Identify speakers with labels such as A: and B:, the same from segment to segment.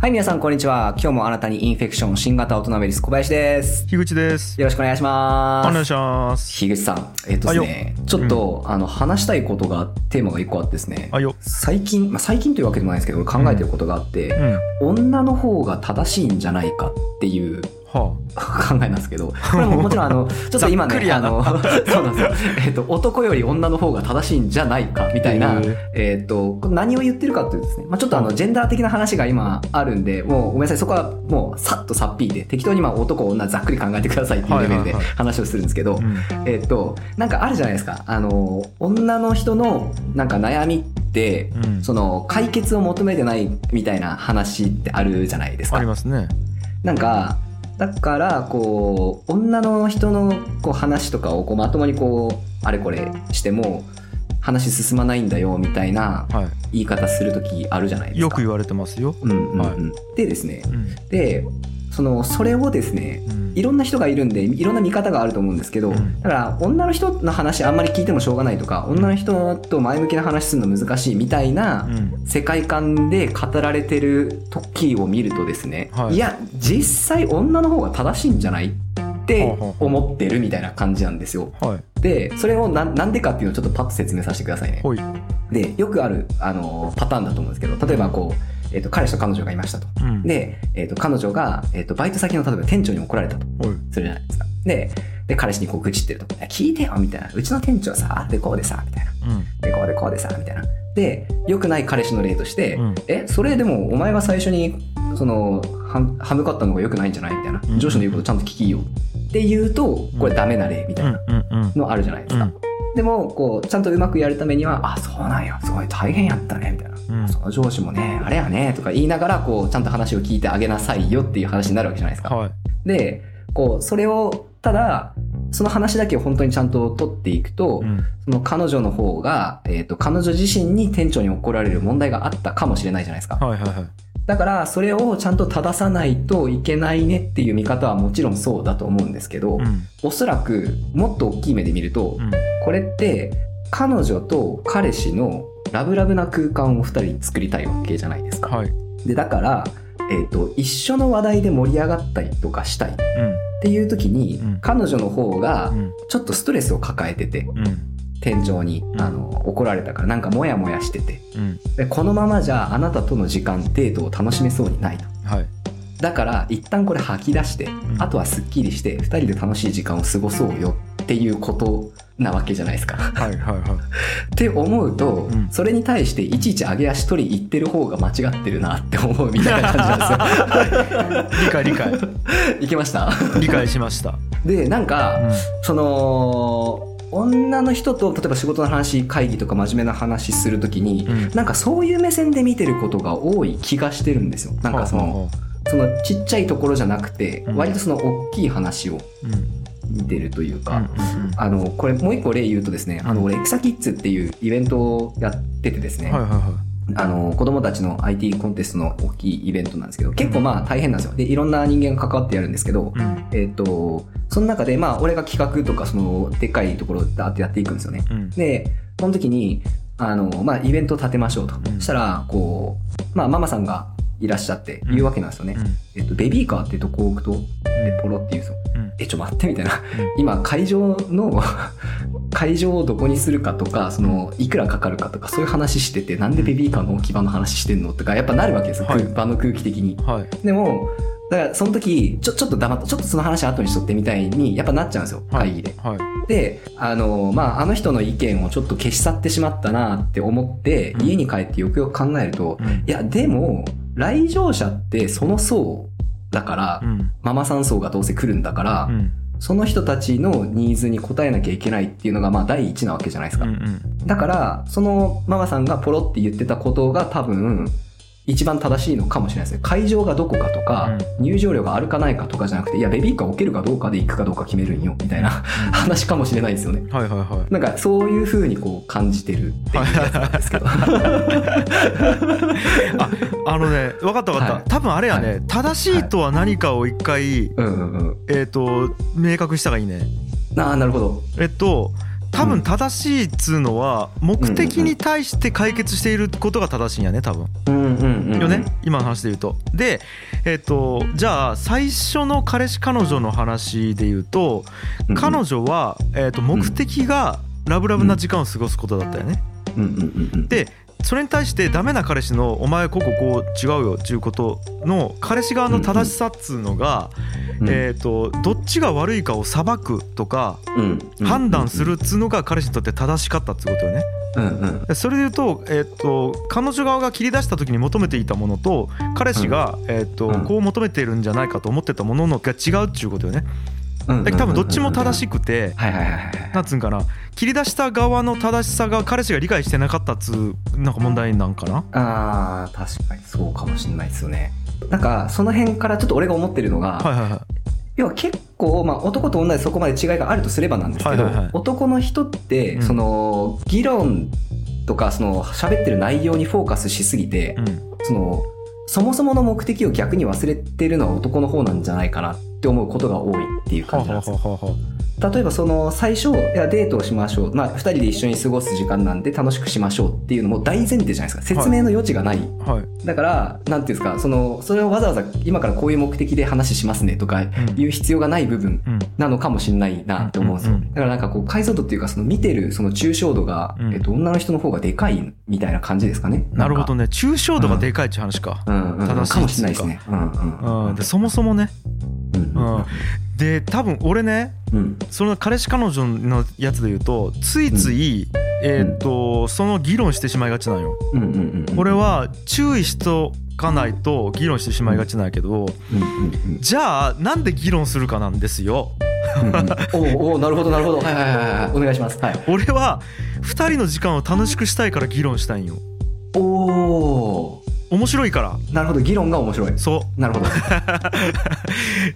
A: はい、皆さん、こんにちは。今日もあなたにインフェクション新型オトナウイルス小林です。
B: 樋口です。
A: よろしくお願いします。
B: お願いします。
A: 樋口さん、えっ、とですね、ちょっと、あの、話したいことが、テーマが一個あってですね、
B: あよ。
A: 最近、まあ、最近というわけでもないですけど、考えてることがあって、
B: うん。
A: 女の方が正しいんじゃないかっていう
B: は
A: 考えなんですけど、これももちろんあ の、ちょっと今
B: ざっくり
A: ね、あ
B: やな
A: の、 そうなんですよ。えっと、男より女の方が正しいんじゃないか、みたいな
B: へー、
A: えっと、何を言ってるかというとですね、まあちょっとあの、ジェンダー的な話が今あるんで、もうごめんなさい、そこはもうさっとさっぴいて、適当にまあ男女ざっくり考えてくださいっていうレベルで
B: はいはいは
A: 話をするんですけど
B: あ。う、ん。
A: えっと、なんかあるじゃないですか、あの、女の人のなんか悩みって、
B: うん。
A: その解決を求めてないみたいな話ってあるじゃないですか
B: あり。ますね。
A: なんかだからこう女の人のこう話とかをこうまともにこうあれこれしても話進まないんだよみたいな
B: は
A: 言い方する時あるじゃないで
B: い。
A: す
B: よ
A: か。
B: く言われてますよ。
A: うんうんうん
B: は
A: でですね
B: うん。
A: でそのそれをですね
B: うん
A: いろんな人がいるんでいろんな見方があると思うんですけど、
B: うん
A: だから女の人の話あんまり聞いてもしょうがないとか女の人と前向きな話するの難しいみたいな、
B: うん。
A: 世界観で語られてる時を見るとですね、
B: はい
A: い、や実際女の方が正しいんじゃないって
B: ほうほうほう
A: 思ってるみたいな感じなんですよ。
B: は
A: でそれをななんでかっていうのをちょっとパッと説明させてください
B: い。
A: ね。
B: ほい。
A: でよくある、あのパターンだと思うんですけど例えばこう、えっと彼氏と彼女がいましたと。
B: うん。
A: で、えっと彼女が、えっとバイト先の例えば店長に怒られたと
B: ほい。
A: するじゃないですか。でで彼氏にこう愚痴ってると「いや聞いてよ」みたいな「うちの店長さあでこうでさ」みたいな。でこうでこうでさみたいな。で良くない彼氏の例として「
B: うん。うん。
A: えそれでもお前が最初にそのは歯向かったのが良くないんじゃないみたいな
B: うん
A: 上司の言うことちゃんと聞きよって言うとこれダメな例みた
B: う
A: い
B: ん
A: な。
B: うん。うん。
A: のあるじゃないですか、でもこうちゃんとうまくやるためには「あそうなんやすごい大変やったね」みたいな
B: うん
A: 「その上司もねあれやね」とか言いながらこうちゃんと話を聞いてあげなさいよっていう話になるわけじゃないですか、
B: はい。
A: でこうそれをただその話だけを本当にちゃんと取っていくと、
B: うん。
A: その彼女の方が、えー、と彼女自身に店長に怒られる問題があったかもしれないじゃないですか、
B: はいはいはい。
A: だからそれをちゃんと正さないといけないねっていう見方はもちろんそうだと思うんですけど、
B: うん。
A: おそらくもっと大きい目で見ると、
B: うん。
A: これって彼女と彼氏のラブラブな空間を2人作りたいわけじゃないですか。
B: はい。
A: でだから、えー、と一緒の話題で盛り上がったりとかしたいっ
B: うん。
A: ていう時に、
B: うん
A: 彼女の方が
B: うん。
A: ちょっとストレスを抱えてて
B: うん。
A: 店長に、
B: ん
A: あの怒られたからなんかモヤモヤしてて
B: うん。
A: でこのままじゃあなたとの時間デートを楽しめそうにないと。
B: はい。
A: だから一旦これ吐き出して、
B: ん
A: あとはすっきりして2人で楽しい時間を過ごそうよっていうことなわけじゃないですか。
B: はいはいは
A: って思うと、
B: うん
A: それに対していちいち上げ足取り言ってる方が間違ってるなって思うみたいな感じなんですよ。
B: い。理解 理 解。
A: いけました
B: 理解しました。
A: でなん
B: う
A: か、
B: ん。
A: その女の人と例えば仕事の話会議とか真面目な話するときに、
B: うん
A: なんかそういう目線で見てることが多い気がしてるんですよ。なんかその、
B: は
A: そのちっちゃいところじゃなくて、
B: うん
A: 割とその大きい話を
B: あはあうん。
A: 見てるというか、
B: うん
A: あのこれもう一個例言うとですねあの俺エクサキッズっていうイベントをやっててです
B: う
A: ね、
B: ん。はいはいは
A: あの子供たちの IT コンテストの大きいイベントなんですけど結構まあ大変なんですよでいろんな人間が関わってやるんですけど、
B: い。うん。
A: えっ、とその中でまあ俺が企画とかそのでっかいところをダーってやっていくんですよね
B: うん。
A: でその時にあの、まあ、イベントを立てましょうと、
B: うん
A: したらこう、まあ、ママさんがいらっしゃって
B: うん
A: 言うわけなんですよね、
B: うん。
A: えっと、ベビーカーってとこ置くとポロって言うんですよ
B: うん。
A: えちょ待ってみたいな、今会場の 会場をどこにするかとかそのいくらかかるかとかそういう話しててなんでベビーカーの置き場の話してんのとかやっぱなるわけですよ、
B: はい
A: 空場の空気的に
B: はい。
A: でもだからその時ちょちょっと黙ってちょっとその話後にしとってみたいにやっぱなっちゃうんですよ
B: はい
A: 会議で、
B: はい。
A: であのまああの人の意見をちょっと消し去ってしまったなって思って
B: うん
A: 家に帰ってよくよく考えると、
B: うん
A: いやでも来場者ってその層だから、
B: うん。
A: ママさん層がどうせ来るんだから、
B: うん。
A: その人たちのニーズに応えなきゃいけないっていうのがまあ第一なわけじゃないです
B: う
A: か。
B: んうん。
A: だから、そのママさんがポロって言ってたことが多分、一番正しいのかもしれないですね。会場がどこかとか、入場料があるかないかとかじゃなくて、いや、ベビーカー置けるかどうかで行くかどうか決めるんよ、みたいな話かもしれないですよね。
B: はいはいは
A: なんか、そういう風にこう感じてるって いうやつなんですけど。
B: い。あのね、分かった分かった。
A: はい
B: 多分あれやね、
A: は
B: 正しいとは何かを一回、
A: うんうんうん。
B: えっ、と、明確にした方がいいね。
A: ああ、なるほど。
B: えっと、多分正しいっつうのは目的に対して解決していることが正しいんやね多分
A: うんうんうん
B: よね今の話で言うとでえっ、とじゃあ最初の彼氏彼女の話で言うと
A: うん
B: 彼女は、えっと目的がラブラブな時間を過ごすことだったよね
A: うんうんうんうん
B: でそれに対してダメな彼氏の「お前こここう違うよ」っていうことの彼氏側の正しさっつうのが、
A: うん
B: えっとどっちが悪いかを裁くとか
A: うんうん
B: 判断するっつうのが彼氏にとって正しかったっつうことよね。
A: うんうん
B: でそれで言うと,、えっと彼女側が切り出した時に求めていたものと彼氏が、えっと
A: うん
B: こう求めてるんじゃないかと思ってたもののが違うっちゅうことよね。
A: うんうん
B: だけど多分どっちも正し
A: く
B: くて
A: はいはいはいはい
B: なんつうんかな切り出した側の正しさが彼氏が理解してなかったっつうなんか問題なんかな
A: あー確かにそうかもしれないですよねなんかその辺からちょっと俺が思ってるのが、
B: はいはいはい。
A: 要は結構、まあ、男と女でそこまで違いがあるとすればなんですけど、
B: はいはいはい
A: 男の人って、
B: うん
A: その議論とかその喋ってる内容にフォーカスしすぎて、
B: うん
A: そのそもそもの目的を逆に忘れてるのは男の方なんじゃないかなって思うことが多いっていう
B: はあ
A: 感じなん
B: は
A: ですよ
B: あはあは
A: 例えばその最初いやデートをしましょう、まあ、2人で一緒に過ごす時間なんで楽しくしましょうっていうのも大前提じゃないですか説明の余地がない、
B: あはい
A: だから何ていうんですかそのそれをわざわざ今からこういう目的で話しますねとかいう必要がない部分
B: うん
A: なのかもしれないなって思うんですよ、
B: うんうんう
A: だ
B: ん
A: からなんかこう解像度っていうかその見てるその抽象度が、
B: うん
A: えっと、女の人の方がでかいみたいな感じですかね
B: なるほど
A: ね
B: ね抽象度がでかいっちゅう話か。
A: うんうん、
B: 正しい
A: かもしれないですねうんうん
B: うん、でそもそもね、
A: うん
B: う
A: うん
B: ん、で多分俺ね
A: うん
B: その彼氏彼女のやつで言うとついつい、えーっとその議論してしまいがちなんよ。
A: うんうんうん
B: 俺は注意しとかないと議論してしまいがちなんやけど
A: うんうんうん
B: じゃあなんで議論するかなんですよ。
A: うんうんおうおうなるほどなるほどはいはいはいはいお願いしますはい
B: 俺は2人の時間を楽しくしたいから議論したいんよ。
A: おお
B: 面白いから
A: なるほど議論が面白い
B: そう
A: なるほど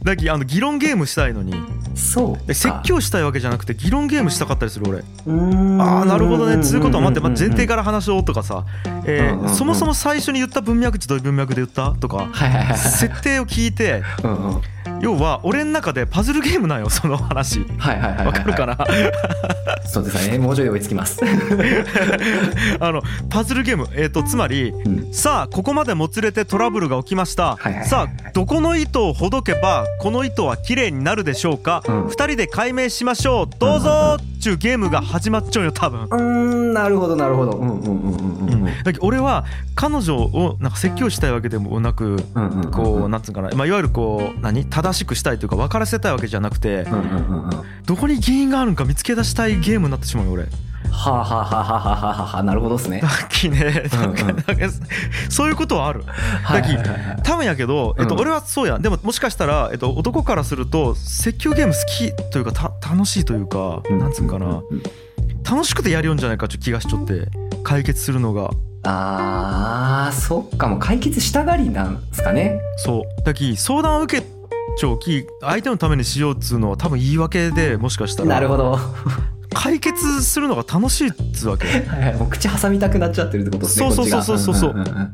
B: だきあの議論ゲームしたいのに
A: そう
B: で説教したいわけじゃなくて議論ゲームしたかったりする俺。あ
A: あ
B: あなるほどねつうことは待って、まあ、前提
A: が
B: から話をとかさ、え
A: うんうんう
B: ー、
A: ん
B: そもそも最初に言った文脈値どういう文脈で言ったとか
A: はいはいはいはい
B: 設定を聞いて
A: うんうんはい
B: 要は俺の中でパズルゲームなんよその話。
A: はいはいはい
B: わかる かな
A: そうですねもうちょい追いつきます
B: あのパズルゲーム、えー、とつまり
A: うん
B: さあここまでもつれてトラブルが起きまし
A: は
B: た、
A: いはいはいはい
B: さあどこの糸をほどけばこの糸は綺麗になるでしょうか、
A: うん
B: 二人で解明しましょうどうぞーっちゅうゲームが始まっちゃうよ多分。
A: うーんなるほどなるほどうんうんうんうんうんうん
B: だけど俺は彼女をなんか説教したいわけでもなく
A: うんうんうん
B: こうなんつうのかな、まあ、いわゆるこう何正しくしたいというか分からせたいわけじゃなくて
A: うんうんうんうんは
B: どこに原因があるのか見つけ出したいゲームになってしまうよ 俺。
A: あはあはあはあはあはあはあなるほどですね
B: だっきね
A: うん
B: な
A: うんん
B: か なんかそういうことはある。
A: はいはいはいはい
B: 多分やけど、えっと、
A: うん
B: 俺はそうやんでももしかしたら、えっと、男からすると説教ゲーム好きというかた楽しいというか
A: うん
B: なんつうんか
A: う
B: なん
A: うん
B: 楽しくてやるよんじゃないかちょっと気がしちょって解決するのが
A: あーそっかもう解決したがりなんですかね
B: そうだき相談を受けちょき相手のためにしようっつうのは多分言い訳でもしかした
A: なる
B: ら
A: ほど
B: 解決するのが楽しいっつうわけ
A: はいはい、もう口挟みたくなっちゃってるってことですね。
B: そうそうそうそうそう
A: こっちが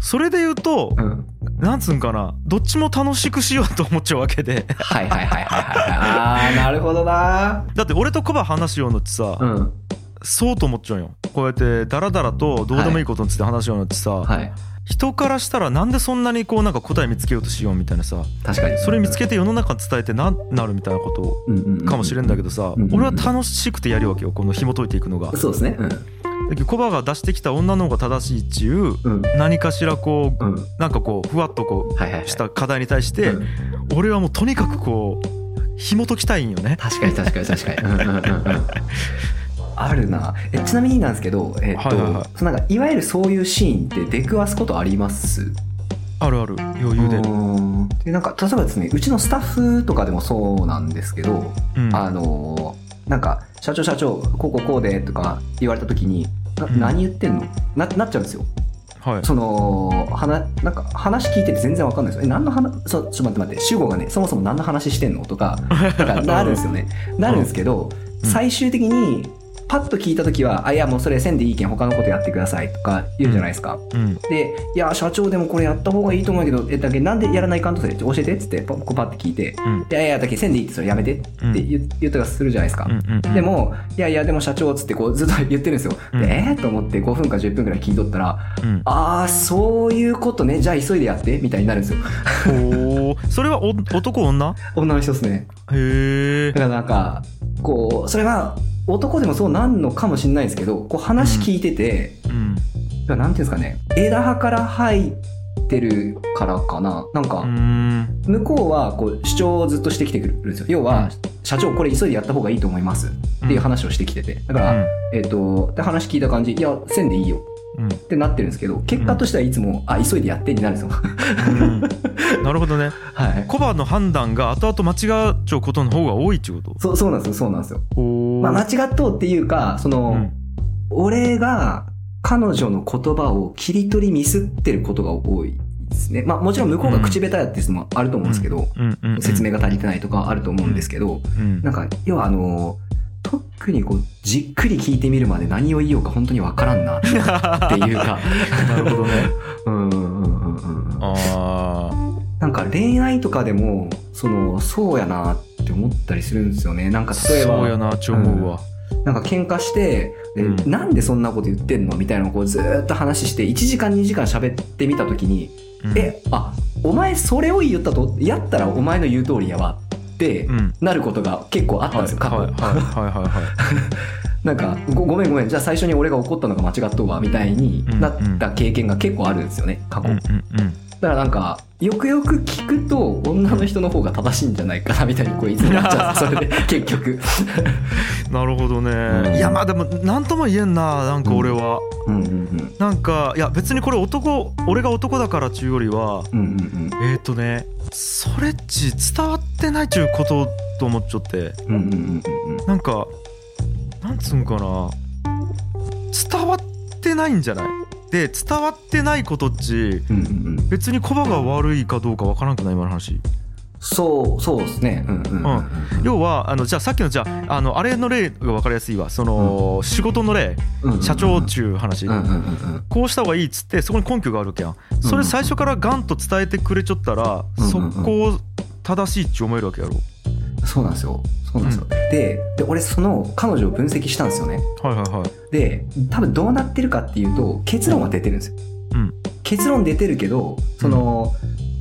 B: それで言うと
A: うんうんうんうん
B: なんつうんかなどっちも楽しくしようと思っちゃうわけで
A: はいはいはいはいはい。あー、なるほどな。
B: だって俺とコバ話しようのってさ、
A: うん。
B: そうと思っちゃうよこうやってダラダラとどうでもいいことについて話しようのってさ、
A: はい。
B: 人からしたらなんでそんなにこうなんか答え見つけようとしようみたいなさ
A: 確かに。
B: それ見つけて世の中に伝えてなんなるみたいなことかもしれんだけ
A: ど。
B: どさ、
A: うんうん
B: 俺は楽しくてやるわけよこの紐解いていくのが。
A: そうですね。うん。
B: だけどコバが出してきた女の方が正しいっちゅう
A: うん。
B: 何かしらこう
A: うん。
B: なんかこうふわっとこ
A: はいはい、は
B: う
A: い。
B: した課題に対して
A: うん
B: 俺はもうとにかくこう紐解きたいんよね。
A: 確かに確かに確 かに。うんうんうんうん。あるなえちなみになんですけど、えっと
B: はいはいはい
A: そのなんかいわゆるそういうシーンって出くわすことあります
B: あるある余裕で。
A: うんでなんか例えばですねうちのスタッフとかでもそうなんですけど、
B: うん
A: あのーなんか「社長社長こうこうこうで」とか言われた時に「な
B: うん
A: 何言ってんのな」なっちゃうんですよ。
B: はい
A: そのはななんか話聞いてて全然わかんないですよ。え何の話そうちょっと待って待って主語がねそもそも何の話してんのとかなんかなるんですよね。なるんですけど、
B: うん
A: 最終的にパッと聞いた時は「あいやもうそれせんでいいけん他のことやってください」とか言うじゃないですか、
B: うん
A: で「いや社長でもこれやった方がいいと思うけどえだけなんでやらないかんとそれ教えて」っつってパこうパッて聞いて
B: うん
A: 「いやいやだけせんでいいってそれやめて」って
B: うん
A: 言,、言ったりするじゃないですか、
B: うんうん
A: でも、いやいや、でも社長っつってこうずっと 言ってるんですよ。
B: うん
A: でえー、と思って5分か10分ぐらい聞いとったら、
B: うん
A: あー、そういうことね、じゃあ急いでやって、みたいになるんですよ。
B: ほーそれはお男女
A: 女の人ですね。
B: へ
A: だからなんか、こう、それは男でもそうなんのかもしれないですけど、こう話聞いてて、
B: えうん
A: なんていうんですかね、枝葉から入ってるからかな。なん
B: う
A: か
B: ー、ん
A: 向こうはこう主張をずっとしてきてくるんですよ。要は、
B: うん
A: 社長これ急いでやった方がいいと思います。っていう話をしてきてて。だから、えっ、と、で話聞いた感じ、いや、せんでいいよ。
B: うんうん
A: ってなってるんですけど結果としてはいつも、あ急いでやってになるんですよ
B: うんなるほどね
A: はい
B: コバの判断が後々間違っちゃうことの方が多いってこと
A: そうそうなんですよそうなんですよ、
B: お
A: まあ、間違っとうっていうかその、俺が彼女の言葉を切り取りミスってることが多いですねまあもちろん向こうが口下手やっていうのもあると思うんですけど、説明が足りてないとかあると思うんですけど、なんか要はあの特にこうじっくり聞いてみるまで何を言おうか本当にわからんなっていうか
B: なるほどね
A: うんうんうんうんうん
B: あー
A: なんか恋愛とかでもそのそうやなって思ったりするんですよねなんか例え
B: そうや
A: ば
B: なって思うわ
A: なんか喧嘩して、で
B: うん
A: なんでそんなこと言ってんのみたいなのをこうずーっと話して1時間2時間喋ってみた時に「
B: うん
A: えあお前それを言ったとやったらお前の言う通りやわ」って
B: うん
A: なることが結構あったん
B: はいは
A: です
B: い
A: よ過去、
B: はいはいはいはい
A: なんかごごめんごめんじゃあ最初に俺が怒ったのが間違っとうわみたいになった経験が結構あるんですよね過去、
B: うんうんうん
A: だからなんかよくよく聞くと女の人の方が正しいんじゃないかなみたいにこういつもなっちゃうそれで結局
B: なるほど
A: うん
B: ねいやまあでも何とも言えんななんか俺は
A: うんうん
B: なんかいや別にこれ男俺が男だからっちゅうよりは
A: うんうんうん
B: えっ、とねそれっち伝わってないっちゅうことと思っちゃって
A: うんうんうんうん
B: なんかなんつうんかな伝わってないんじゃないで伝わってないことっち
A: うんうんうんうん
B: 別にコバが悪いかどうかわからんくない今の話
A: そうそうですねうんうんうんうん
B: 要はあのじゃあさっきのじゃああのあれの例が分かりやすいわその、仕事の例
A: うんうん
B: 社長っちゅう話、
A: うんうんうんうん
B: こうした方がいいっつってそこに根拠があるけんそれ最初からガンと伝えてくれちょったら
A: うん
B: 速攻正しいっち思えるわけやろ
A: そうなんですよそうなんですよ、でで俺その彼女を分析したんですよね
B: はいはいはい
A: で多分どうなってるかっていうと結論は出てるんですよ、
B: うん
A: 結論出てるけどその、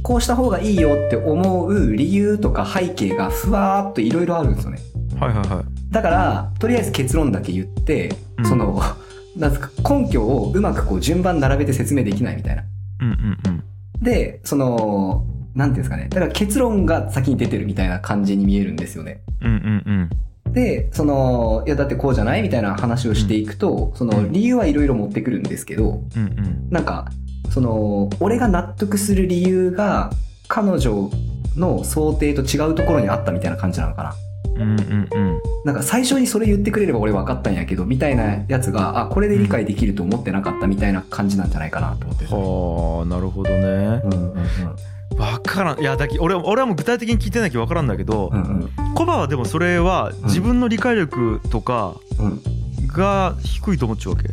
A: こうした方がいいよって思う理由とか背景がふわーっといろいろあるんですよね
B: はいはいはい
A: だからとりあえず結論だけ言って、
B: うん
A: その なんつうか根拠をうまくこう順番並べて説明できないみたいな。
B: うんうんうん
A: でそのなんていうんですかねだから結論が先に出てるみたいな感じに見えるんですよね。
B: うんうん
A: でそのいやだってこうじゃないみたいな話をしていくと、その理由はいろいろ持ってくるんですけど
B: うんうんうん
A: なんかその俺が納得する理由が彼女の想定と違うところにあったみたいな感じなのかな。
B: うんうんうん
A: なんか最初にそれ言ってくれれば俺分かったんやけどみたいなやつがあこれで理解できると思ってなかったみたいな感じなんじゃないかなと思ってて
B: はあなるほどね
A: うんうんうん
B: 分からんいやだき俺は俺はもう具体的に聞いてないき分からんだけど
A: うんうん
B: コバはでもそれは自分の理解力とか
A: うん
B: が低いと思っちゃうわけ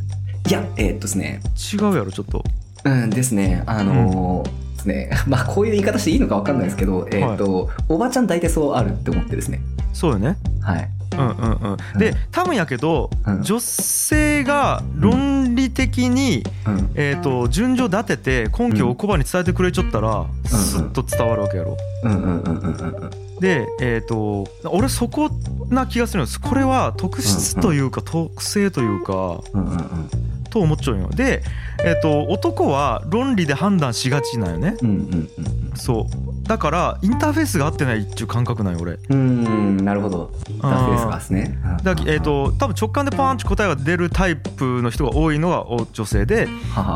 A: いやえーっとですね
B: 違うやろちょっと
A: うんですねあのーですねまあこういう言い方していいのか分かんないですけど、えーっとおばちゃん大体そうあるって思ってですね
B: そうよね
A: はい、
B: うんうんうん
A: う
B: で多分やけど
A: うん
B: 女性が論理的に、
A: うん、
B: えー、と順序立てて根拠をコバに伝えてくれちゃったらスッと伝わるわけやろ。
A: うんうんうんうんうんうん
B: で、えー、と俺そこな気がするんですこれは特質というか特性というか
A: うんうんうん
B: と思っちゃうんよ。で、えー、と男は論理で判断しがちなんよね。
A: うんうんうん
B: そうだからインターフェースが合ってないっていう感覚なんよ俺。
A: うんうーんなるほどインターフェースがですね
B: だえー、と多分直感でパーンと答えが出るタイプの人が多いのがお女性で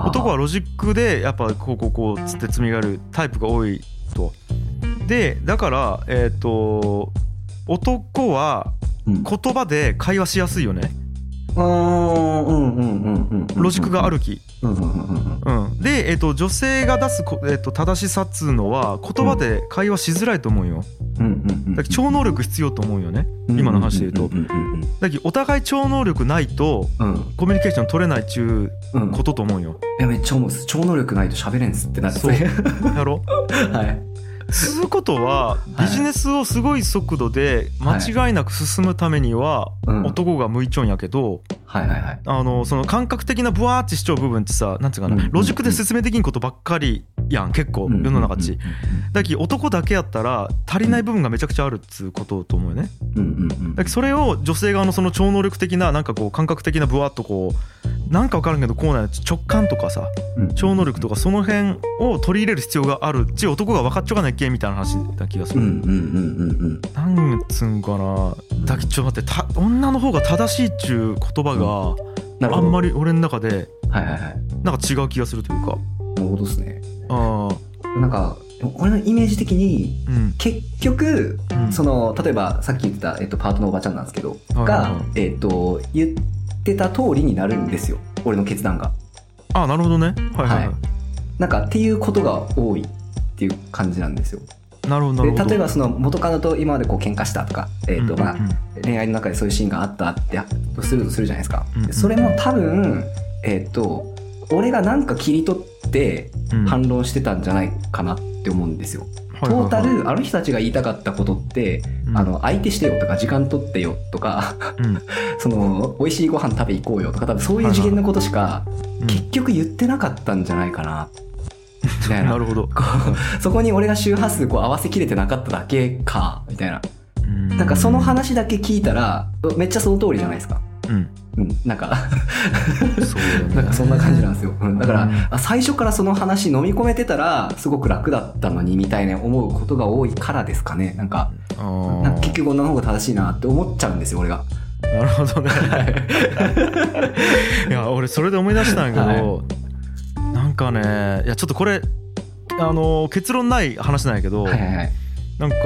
B: 男は
A: は
B: ロジックでやっぱこうこうこうつって積み上がるタイプが多いとでだからえっ、と男は
A: うん
B: 言葉で会話しやすいよね
A: あーうんうんうんうんうん
B: ロジックがあるき、
A: うんうんうんうん
B: うん、で、えっと女性が出すこ、えっと正しさっつうのは言葉で会話しづらいと思うよ
A: うんうんうん
B: だけど超能力必要と思うよね今の話で言うと
A: んうん
B: だけどお互い超能力ないと
A: うんうん
B: コミュニケーション取れないっちゅ
A: うんうん
B: うことと思うよ
A: いやめっちゃ思うっす超能力ないと喋れんすってなって
B: そう
A: は
B: やろ
A: い
B: つうことは
A: はい
B: ビジネスをすごい速度で間違いなく進むためには
A: うん
B: 男が向いちょんやけど
A: はいはいはい
B: あのその感覚的なブワーってしちゃう部分ってさなんつうか
A: うんうんう
B: なんロジックで説明できんことばっかりやん結構世の中ちだき男だけやったら足りない部分がめちゃくちゃあるっつうことと思うよね
A: うんうんうん
B: だきそれを女性側のその超能力的ななんかこう感覚的なブワーっとこうなんか分からんけどこうなんや直感とかさ
A: うん
B: 超能力とかその辺を取り入れる必要があるっち男が分かっちょかないけみたいな話な気がす
A: う
B: る、
A: んうんうんうんうん
B: なんつうんかなだけどちょっと待ってた女の方が正しいっちゅう言葉
A: なる
B: が
A: ほ
B: あ
A: ど
B: んまり俺の中で
A: はいはいはい
B: なんか違う気がするというか
A: なるほどですね
B: ああ
A: なんかでも俺のイメージ的に
B: うん
A: 結局
B: うん
A: その例えばさっき言ってた、えっと、パートのおばちゃんなんですけど
B: はいはい
A: が
B: は、
A: えっと言ってた通りになるんですよ俺の決断が。
B: ああなるほどねはいはい、は
A: はなんかっていうことが多いっていう感じなんですよ。
B: い、なるほどな
A: で
B: るほど
A: 例えばその元カノと今までこう喧嘩したとか、えっとまあ
B: うんうんうん
A: 恋愛の中でそういうシーンがあったってするとするじゃないですか。
B: うん
A: でそれも多分、えっと俺がなんか切り取って
B: うん
A: 反論してたんじゃないかなって思うんですよ。
B: はい
A: ト
B: はいはい
A: ータルあの人たちが言いたかったことって、
B: うん
A: あの相手してよとか時間取ってよとか
B: うん
A: その美味しいご飯食べ行こうよとか多分そういう次元のことしか結局言ってなかったんじゃないかなみた
B: う
A: い
B: ん
A: な
B: なるほど
A: こうそこに俺が周波数こう合わせきれてなかっただけかみたいなな
B: なん
A: かその話だけ聞いたらめっちゃその通りじゃないですか。
B: うん
A: うん、なんか
B: そうだね
A: なんかそんな感じなんですよ、うんだか
B: う
A: ら
B: ん
A: あ最初からその話飲み込めてたらすごく楽だったのにみたいな思うことが多いからですかねなんか
B: あー
A: なんか結局女の方が正しいなって思っちゃうんですよ俺が
B: なるほどね。 いや俺それで思い出したんやけど、なんかねいやちょっとこれあの結論ない話なんやけど、
A: はいはいはい、
B: なんか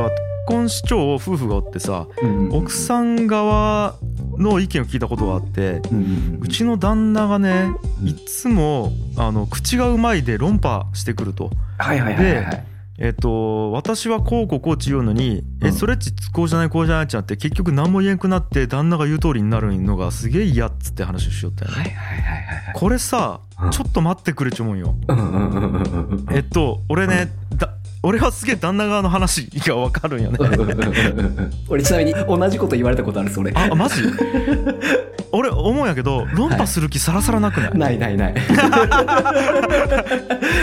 B: 結婚市長夫婦がおってさ
A: うんうん
B: 奥さん側の意見を聞いたことがあって。
A: うんうん
B: うちの旦那がね
A: うん
B: いつもあの口がうまいで論破してくると
A: はいはいはいはい
B: えっと、私はこうこうこうち言うのに、
A: う
B: え
A: ん
B: それっちこうじゃないこうじゃないっちゃって結局何も言えんくなって旦那が言う通りになるのがすげえ嫌っつって話をしよったよね、
A: はいはいはいはい
B: これさ
A: うん
B: ちょっと待ってくれちょもんよ、
A: うんうんうんうんうんうん
B: えっと俺ね、だ俺はすげえ旦那側の話が分かるんよね
A: 俺ちなみに同じこと言われたことあるんです俺
B: あマ ジ俺思うんやけど論破する気さらさらなくない、
A: ないないな い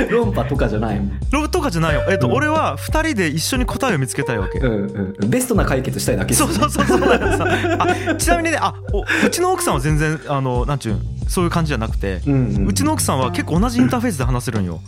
A: 論破とかじゃないもん
B: ロブとかじゃないよ、えっと
A: うん
B: 俺は2人で一緒に答えを見つけたいわけ、
A: うんうんベストな解決したいだけです
B: そ
A: よ
B: う
A: ね
B: そうそうそうだからさあちなみにねあおうちの奥さんは全然あのなんちゅうんそういう感じじゃなくて、
A: うん
B: うちの奥さんは結構同じインターフェースで話せるんよ、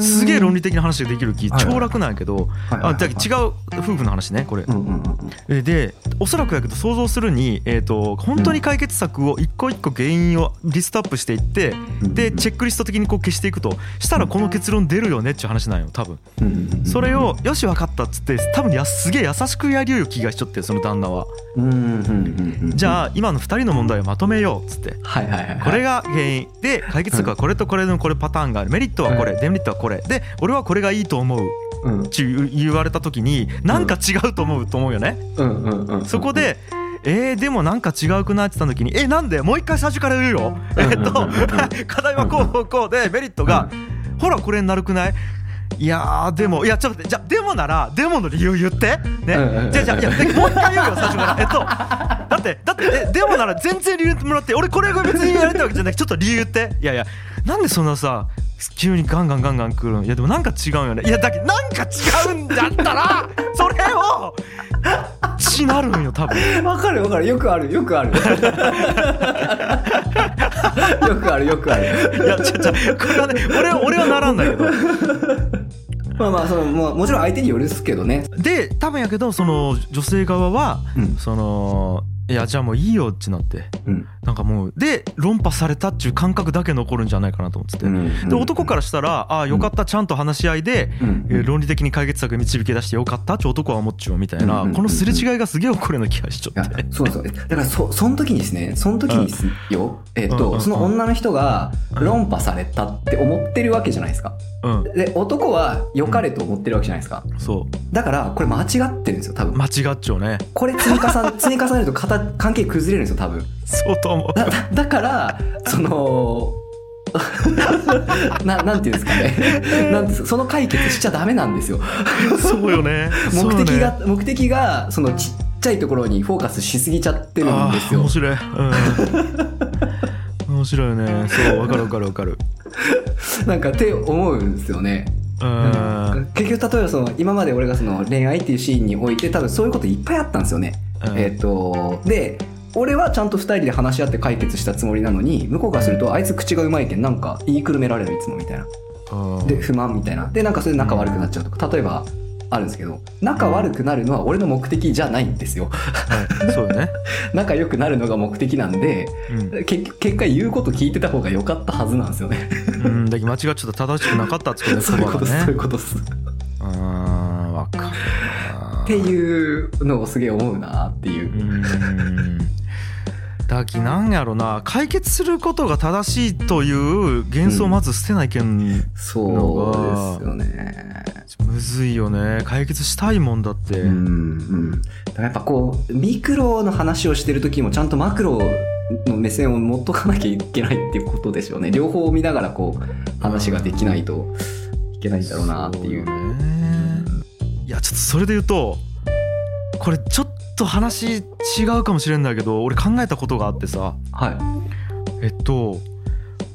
B: すげえ論理的な話ができるき
A: はいはい
B: 超楽なんやけど、あだけど違う夫婦の話ねこれ
A: う、んうんうん
B: えでおそらくやけど想像するに、えー、と本当に解決策を一個一個原因をリストアップしていって
A: うん
B: でチェックリスト的にこう消していくとしたらこの結論出るよねっていう話なんよ多分それを「よし分かった」っつって多分やすげえ優しくやりよう気がしちょってその旦那は。
A: うんうんうんうん
B: じ
A: あ
B: ゃあ今の2人の問題をまとめようっつって
A: はいはいはい
B: これが原因で解決策はこれとこれのこれパターンがあるメリットはこれデメリットはこれで俺はこれがいいと思うっ
A: うんうん
B: ていう言われた時になんか違うと思うと思うよね
A: うんうん
B: そこでえー、でもなんか違うくないって言った時にえなんでもう一回最初から言うよえっと 課題はこうこうこうでメリットがほらこれになるくないいやーでもいやちょっと待ってじゃあでもならでもの理由言って
A: うんうんう
B: ね
A: ん
B: じゃあじゃあいやでもう一回言うよ最初からえっとだってだってえでもなら全然理由言ってもらって俺これが別にやりたいわけじゃなくてちょっと理由言っていやいやなんでそんなさ急にガンガンガンガン来るのいやでもなんか違うよねいやだけどなんか違うんだったらそれをちなるんよ多分
A: わかるわかるよくあるよく あるよくあるよくある
B: いやちょちょこれはね俺は俺はならんだけど
A: まあまあそのもうもちろん相手によるっすけどね
B: で多分やけどその女性側は
A: うん
B: そのいやじゃあもういいよってなって
A: うん
B: なんかもうで論破されたっていう感覚だけ残るんじゃないかなと思ってて、で男からしたらああよかったちゃんと話し合いで、
A: うん
B: えー論理的に解決策導き出してよかったって男は思っちゅうみたいな、
A: うん
B: このすれ違いがすげえ起こるような気がしち
A: い
B: ゃ
A: や
B: って。
A: そうそう。だから、そ、その時にですね、その時にですよ、えっ
B: うんうん
A: と、その女の人が論破されたって思ってるわけじゃないですか。
B: うん、
A: で、男は良かれと思ってるわけじゃないですか。
B: そ
A: だから、これ間違ってるんですよ、多
B: う
A: 分。
B: 間違っちゃうね
A: これ積み重ね、 積み重ねると片関係崩れるんですよ、多分。
B: そうと思う
A: だ、だだから、その、 ななんていうんですか ねなんてその解決しちゃダメなんですよ
B: そうよね
A: 目
B: そう
A: 的
B: よ
A: が、
B: ね
A: 目的がそのちっちゃいところにフォーカスしすぎちゃってるんです
B: あー
A: よ
B: 面白い、うん、面白いよねそうわかるわかるわかる
A: なんかって思うんですよね。
B: うん
A: 結局例えばその今まで俺がその恋愛っていうシーンにおいて多分そういうこといっぱいあったんですよね。
B: うん
A: えっ、とで俺はちゃんと2人で話し合って解決したつもりなのに向こうからするとあいつ口がうまいけんなんか言いくるめられるいつもみたいな。
B: うん
A: で不満みたいな。でなんかそれで仲悪くなっちゃうとか例えばあるんですけど仲悪くなるのは俺の目的じゃないんですよ。
B: はいそうよね、
A: 仲良くなるのが目的なんで
B: うん
A: 結局結果言うこと聞いてた方が良かったはずなんですよね。
B: うん、だけど間違っちゃった正しくなかったっつって
A: そういうことっす
B: ね
A: そういうことっす。
B: うーんわかるな
A: っていうのをすげえ思うなっていうう。
B: ーんだきなんやろな解決することが正しいという幻想をまず捨てないけん、
A: そうですよね。
B: むずいよね解決したいもんだって、
A: うんうん、だからやっぱこうミクロの話をしてる時もちゃんとマクロの目線を持っとかなきゃいけないっていうことでしょうね両方を見ながらこう話ができないといけないんだろうなっていう。
B: そねいやちょっとそれで言うとこれちょっと話違うかもしれんだけど俺考えたことがあってさ
A: はい、
B: えっと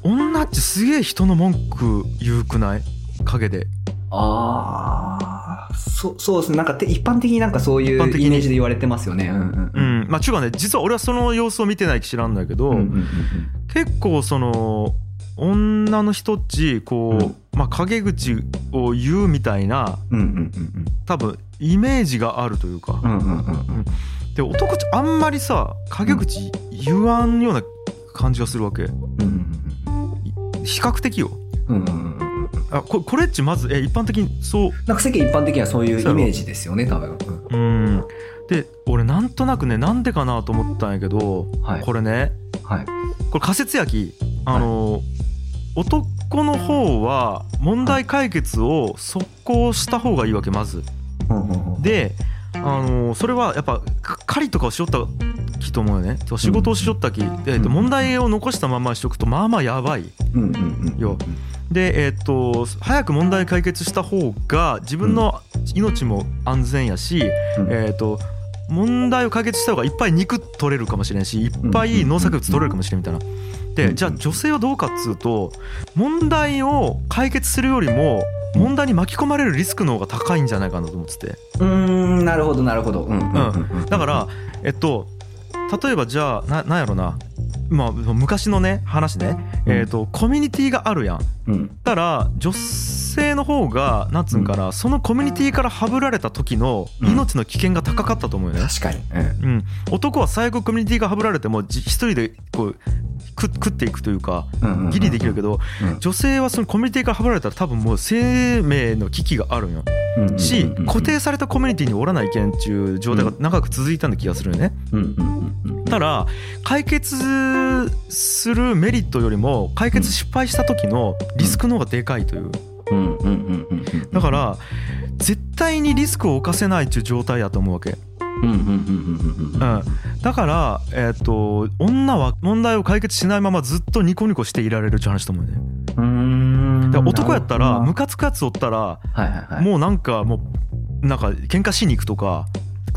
B: 女っちすげえ人の文句言うくない陰で
A: ああそそうですねなんかて一般的になんかそうい
B: 一般的
A: う
B: に
A: イメージで言われてますよね。うんうん
B: う
A: うん
B: んまあちゅうかね実は俺はその様子を見てないき知らんだけど、
A: うんうん
B: 結構その女の人っちこう、
A: うん
B: まあ陰口を言うみたいな
A: うんうんうんうん
B: 多分イメージがあるというか、
A: うんうんうんうん
B: で男っちあんまりさ陰口言わんような感じがするわけ
A: うん
B: 比較的よ
A: うんうんうんうん
B: あここれっちまずえ一般的にそう
A: なんか世間一般的にはそういうイメージですよね、多分。
B: うんで俺なんとなくねなんでかなと思ったんやけど、
A: はい
B: これね
A: はい。
B: これ仮説やきあの、男の方は問題解決を速攻した方がいいわけまず。であのそれはやっぱか狩りとかをしよったきと思うよね仕事をしよったき、えっ
A: う
B: と
A: ん
B: 問題を残したまましとくとまあまあやばい
A: うんうんうんうん
B: よでえっ、と早く問題解決した方が自分の命も安全やし、
A: うん
B: えっ、と問題を解決した方がいっぱい肉取れるかもしれんしいっぱい農作物取れるかもしれんみたいな。
A: うんう
B: で
A: ん
B: じゃあ女性はどうかっつうと問題を解決するよりも問題に巻き込まれるリスクの方が高いんじゃないかなと思ってて
A: うーん、なるほど、なるほど。うんうんうんうん
B: だから、えっと例えばじゃあななんやろな、まあ、昔のね話ね、
A: うん
B: えっとコミュニティがあるやん。
A: うん
B: たら女性の方がなんつうんかな、そのコミュニティからはぶられた時の命の危険が高かったと思うよね。
A: 確かに。うん
B: うん、男は最悪コミュニティがはぶられてもじ一人でこうく食っていくというか
A: うんうん
B: ギリできるけど
A: うん
B: 女性はそのコミュニティからはぶられたら多分もう生命の危機があるんよ
A: うんうん
B: し
A: うん
B: 固定されたコミュニティにおらないけんっていう状態が長く続いたんだ気がするよね。
A: うんうんうんうん
B: たら解決するメリットよりも解決失敗した時のリスクの方がでかいという。
A: うんうんうんうんうん
B: だから絶対にリスクを冒せないっていう状態だと思うわけ、
A: うんうんうんうんうん
B: うん、だから、えっと女は問題を解決しないままずっとニコニコしていられるって話と思うね
A: うんうーん
B: だから男やったら
A: なる
B: ムカつくやつおったら
A: ほどなはいはいはい
B: もうなんかもうなんか喧嘩しに行くとか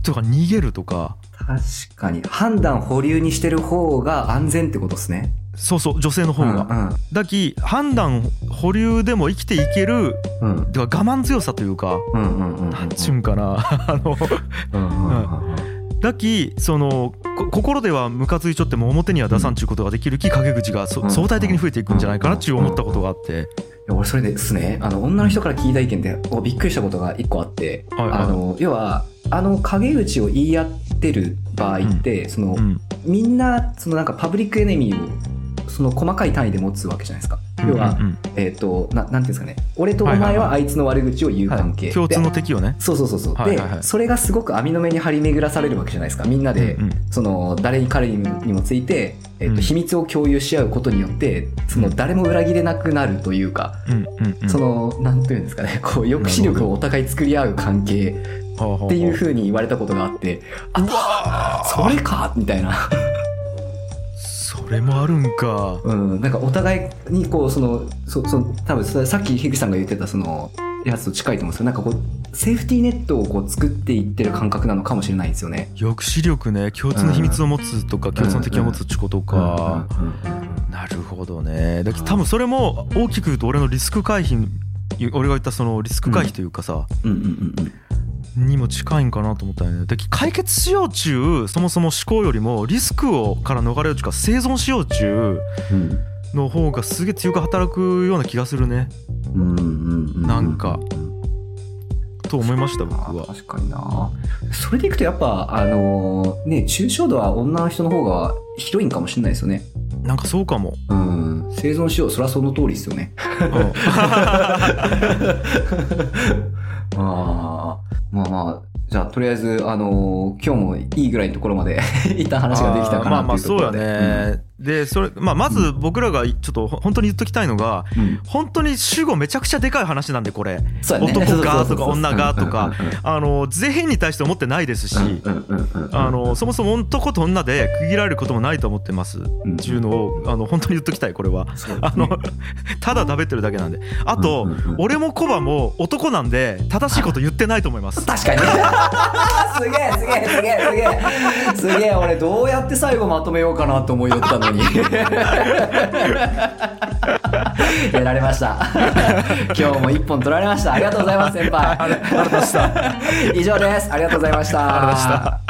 B: とか逃げるとか
A: 確かに判断保留にしてる方が安全ってことですね
B: そうそう女性の方がだき判断保留でも生きていける
A: うんうん
B: てか我慢強さというか
A: うんうんうんうんうん
B: なんちゅうんかな あの
A: うんうんうんうん
B: だきそのこ心ではムカついちょっても表には出さんちゅうことができるき陰口がそ
A: うん
B: 相対的に増えていくんじゃないかなっちゅう思ったことがあって
A: いや俺それですねあの女の人から聞いた意見でおびっくりしたことが一個あって、
B: はいはい
A: あの要はあの陰口を言い合っ出る場合って、その
B: うん
A: みんなそのなんかパブリックエネミーをその細かい単位で持つわけじゃないですか要は、
B: うん
A: えっ、とななんていうんですかね俺とお前はあいつの悪口を言う関係、
B: はい共通の
A: で
B: 敵をね
A: そうそうそうそう、
B: はいはいはい
A: でそれがすごく網の目に張り巡らされるわけじゃないですかみんなで、
B: うんうん
A: その誰に彼にもついて、えっ
B: うん
A: と秘密を共有し合うことによってその誰も裏切れなくなるというか、
B: うんうんうん
A: そのなんていうんですかねこう抑止力をお互い作り合う関係
B: ほうほうほう
A: っていうふうに言われたことがあってあそれかみたいな、
B: それもあるんか
A: うん、なんかお互いにこうそのそその多分それさっき樋口さんが言ってたそのやつと近いと思うんですけどなんかこうセーフティーネットをこう作っていってる感覚なのかもしれないんですよね。
B: 抑止力ね共通の秘密を持つとか共通の敵を持つってことか
A: うんうんうんうん
B: なるほどねだけど多分それも大きく言うと俺のリスク回避俺が言ったそのリスク回避というかさ、
A: うんうんうん
B: にも近いんかなと思ったよねで解決しよう中そもそも思考よりもリスクをから逃れよう中か生存しよう中
A: うん
B: の方がすげえ強く働くような気がするね
A: うんうんう
B: なんかと思いました僕
A: あ
B: は
A: 確かになそれでいくとやっぱあのーね抽象度は女の人の方が広いんかもしれないですよね
B: なんかそう かも、
A: うん生存しようそりゃその通りですよ ね
B: うん
A: あーまあまあじゃあとりあえずあのー今日もいいぐらいのところまで 一旦話ができたか
B: まあ
A: な
B: ま
A: とい
B: あ
A: うとこ
B: そうや
A: ろで
B: ね、でそれ、まあ、まず僕らがちょっとほ本当に言っときたいのが
A: うんうん
B: 本当に主語めちゃくちゃでかい話なんでこれ
A: そうやね
B: 男がとか女がとか
A: う
B: あの全員に対して思ってないですし、
A: んうんうんうんうんうんうん
B: あのそもそも男と女で区切られることもないと思ってますっ
A: うん
B: ていうのをあの本当に言っときたいこれは
A: そう
B: あのただ食べてるだけなんであと
A: うんうんうん
B: 俺もコバも男なんで正しいこと言ってないと思います
A: 確かにすげえすげえすげえすげえすげえ俺どうやって最後まとめようかなと思いよったのに やられま した今日も一本取られましたありがとうございます先輩以上ですありがとうございました
B: ありがとうございました